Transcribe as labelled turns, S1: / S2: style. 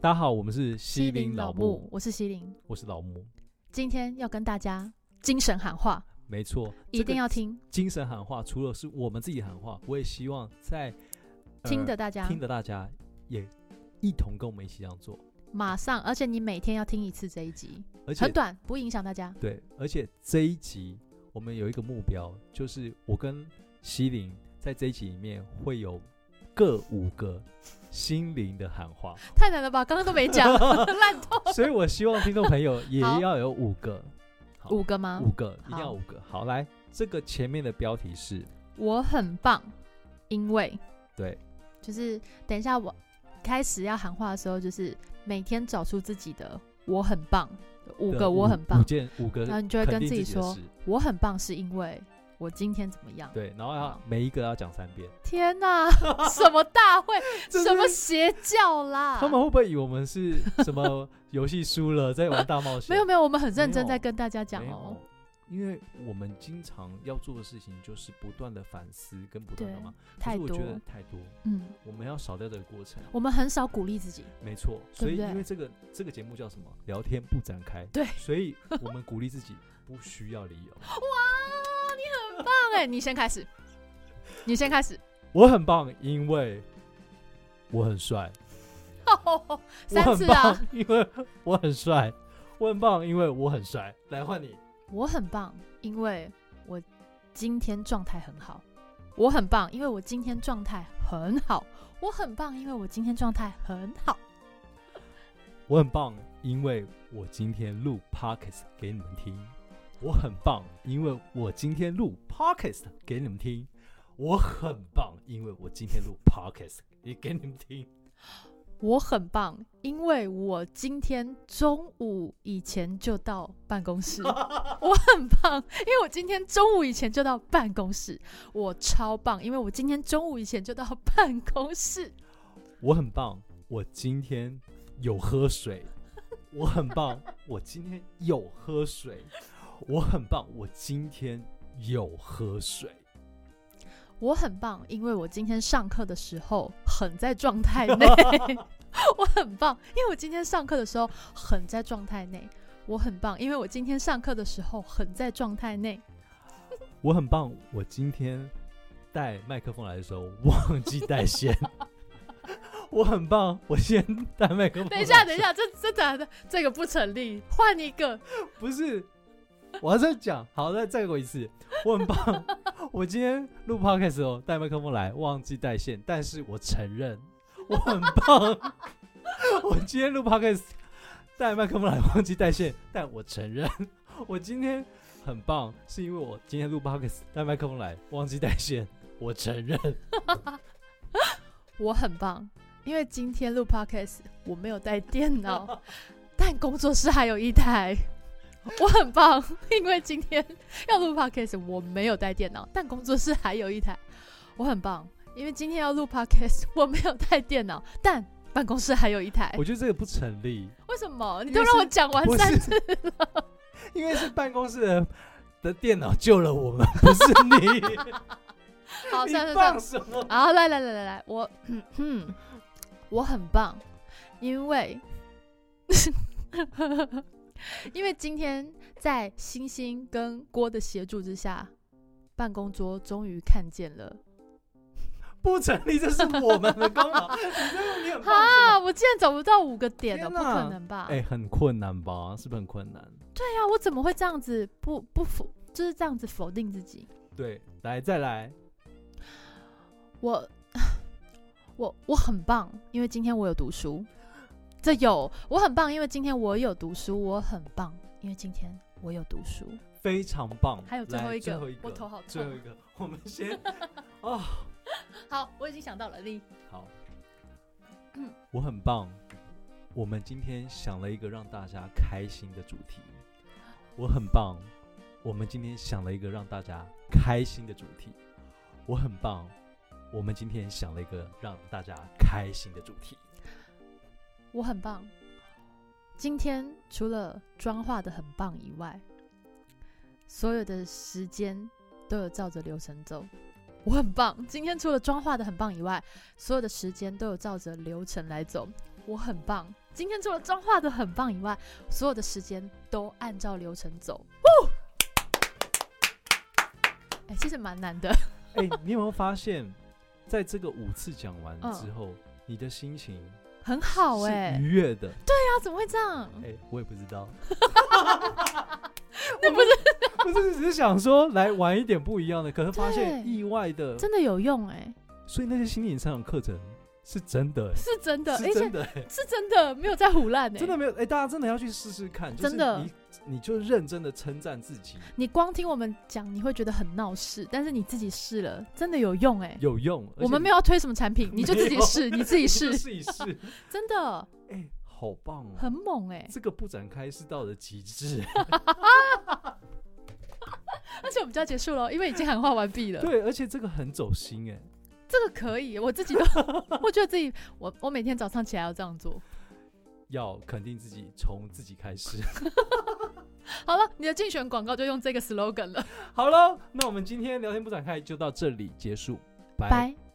S1: 大家好，我们是西林老木，，
S2: 我是西林，
S1: 我是老木，
S2: 今天要跟大家精神喊话，
S1: 没错，
S2: 一定要
S1: 这个
S2: 听，
S1: 精神喊话。除了是我们自己喊话，我也希望在、呃
S2: 听的大家
S1: 听的大家也一同跟我们一起这样做，
S2: 马上，而且你每天要听一次这一集，
S1: 而且
S2: 很短，不影响大 家。
S1: 对，而且这一集我们有一个目标，就是我跟西林在这一集里面会有各五个心灵的喊 话，
S2: 太难了吧？刚刚都 没讲，烂透。
S1: 所以我希望听众朋友也
S2: 好
S1: 要有五个，好
S2: 五个吗？
S1: 五个，一定要
S2: 啊好
S1: 五个。好，来，这个前面的标题是
S2: 我很棒，因为
S1: 对，
S2: 就是等一下我开始要喊话的时候，就是每天找出自己的我很棒，五
S1: 的
S2: 个我很棒
S1: 五，件五个
S2: 然后你就会
S1: 肯
S2: 跟
S1: 定
S2: 自己
S1: 己的
S2: 说
S1: 事，
S2: 我很棒是因为我今天怎么样？
S1: 对，然后要
S2: 好
S1: 每一个要讲三遍，
S2: 天哪，什么大会，
S1: 这
S2: 什么
S1: 是？
S2: 邪教啦？
S1: 他们会不会以为我们是什么 游戏输了在玩大冒险？
S2: 没有没有，我们很认
S1: 没有
S2: 真在跟大家讲
S1: 没
S2: 哦
S1: 有。，因为我们经常要做的事情就是不断的反思跟不断
S2: 对
S1: 的嘛，，可
S2: 太
S1: 是我
S2: 多
S1: 觉，得太多，
S2: 嗯，
S1: 我们要少掉这个过程，
S2: 我们很少鼓励自己，
S1: 没错。所
S2: 对不
S1: 以
S2: 对
S1: 因为这个这个节目叫什么？聊天不展开。
S2: 对
S1: 所以我们鼓励自己不需要理由。
S2: 哇，你很棒哎！你先开 始，你先开始。
S1: 我很棒，因为我很帅。我
S2: 三
S1: 很
S2: 次啊！
S1: 棒，因为我很帅。我很棒，因为我很帅。来换你。
S2: 我很棒，因为我今天状态很好。我很棒，因为我今天状态很好。我很棒，因为我今天状态很好。
S1: 我很棒，因为我今天录 podcast 给你们听。我很棒，因为我今天录 podcast 给你们听。我很棒，因为我今天录 podcast 也给你们听。
S2: 我很棒，因为我今天中午以前就到办公 室。我很棒，因为我今天中午以前就到办公室。我超棒，因为我今天中午以前就到办公室。
S1: 我很棒，我今天有喝水。我很棒，我今天有喝水。我很棒，我今天有喝水。
S2: 我很棒，因为我今天上课的时候很在状态内。 我很棒，因为我今天上课的时候很在状态内。我很棒，因为我今天上课的时候很在状态内。
S1: 我很棒，我今天带麦克风来的时候忘记带 线。我很棒，我先带麦克风。
S2: 等一下，等一，下，这这的这个不成立，换一个。
S1: 不是，我要再讲，好，再再给我一次。我很棒， 我今天录 podcast 的时候带麦克风来，忘记带线，但是我承认我很棒。 我今天录 podcast 带麦克风来，忘记带线，但我承认我今天很棒，是因为我今天录 podcast 带麦克风来，忘记带线，我承认。
S2: 我很棒，因为今天录 podcast 我没有带电 脑，但工作室还有一台。我很棒，因为今天要录 podcast 我没有带电脑，但工作室还有一台。我很棒，因为今天要录 podcast 我没有带电脑，但办公室还有一台。
S1: 我觉得这个不成立，
S2: 为什么？你
S1: 因
S2: 都
S1: 为
S2: 让
S1: 是
S2: 我讲哎完
S1: 不
S2: 三
S1: 是
S2: 次，
S1: 因为是办公室的的电脑救了我们，不是你。
S2: 好，
S1: 你
S2: 哦算了算
S1: 放
S2: 了，
S1: 什么？
S2: 好，啊来来来来来，我，嗯嗯，我很棒，因为，因为今天在星星跟郭的协助之下，办公桌终于看见了。
S1: 不成立，这是我们的功 劳。你这你很棒
S2: 啊！我竟然找不到五个点了，
S1: 天
S2: 不
S1: 哪
S2: 可能吧？
S1: 哎、很困难吧？是不是很困难？
S2: 对呀、我怎么会这样子不不否，就是这样子否定自己？
S1: 对，来再来，
S2: 我我我很棒，因为今天我有读书，这有我很棒，因为今天我有读书，我很棒，因为今天我有读书。
S1: 非常棒。
S2: 还有最后
S1: 来
S2: 一个
S1: 最后一个，
S2: 我头好痛
S1: 最后一个，我们 先哦，
S2: 好，我已经想到了，你
S1: 好，我很棒。我们今天想了一个让大家开心的主题，我很棒。我们今天想了一个让大家开心的主题，我很棒。我们今天想了一个让大家开心的主题。
S2: 我很棒。今天除了妆化的很棒以外，所有的时间都有照着流程走。我很棒，今天除了妆化的很棒以外，所有的时间都有照着流程来走。我很棒。今天除了妆化的很棒以外，所有的时间都按照流程走。哎、其实蛮难的。
S1: 哎、你有没有发现，在这个五次讲完
S2: 嗯
S1: 之后，你的心情
S2: 很好
S1: 是嗯
S2: 哎、
S1: 愉悦的？
S2: 那怎么会这样？
S1: 哎、我也不知道，
S2: 那不是
S1: 不是 只是想说来玩一点不一样的，可是发现
S2: 对
S1: 意外的，
S2: 真的有用哎、
S1: 所以那些心理成长课程是真的、欸，
S2: 是真的，而
S1: 是
S2: 且
S1: 真的、欸，
S2: 是真的没有在胡乱哎、
S1: 真的没有哎、大家真的要去试试看，就是
S2: 真的哎
S1: 你你就认真的称赞自己
S2: 你光听我们讲，你会觉得很闹事，但是你自己试了，真的有用哎、
S1: 有用，
S2: 我们没
S1: 有，
S2: 有要推什么产品，你就自己试，你自 己
S1: 你
S2: 试
S1: 就，试一试，
S2: 真的
S1: 哎、好棒哦、
S2: 很猛哎、
S1: 这个不展开是到了极 致，
S2: 而且我们就要结束了，因为已经喊话完毕了。
S1: 嗯对，而且这个很走心哎、
S2: 这个可以，我自己都， 我觉得自己，我我每天早上起来要这样做。
S1: 要肯定自己，从自己开始。
S2: 好了，你的竞选广告就用这个 slogan 了，
S1: 好了，那我们今天聊天不展开就到这里结束，拜。
S2: 拜。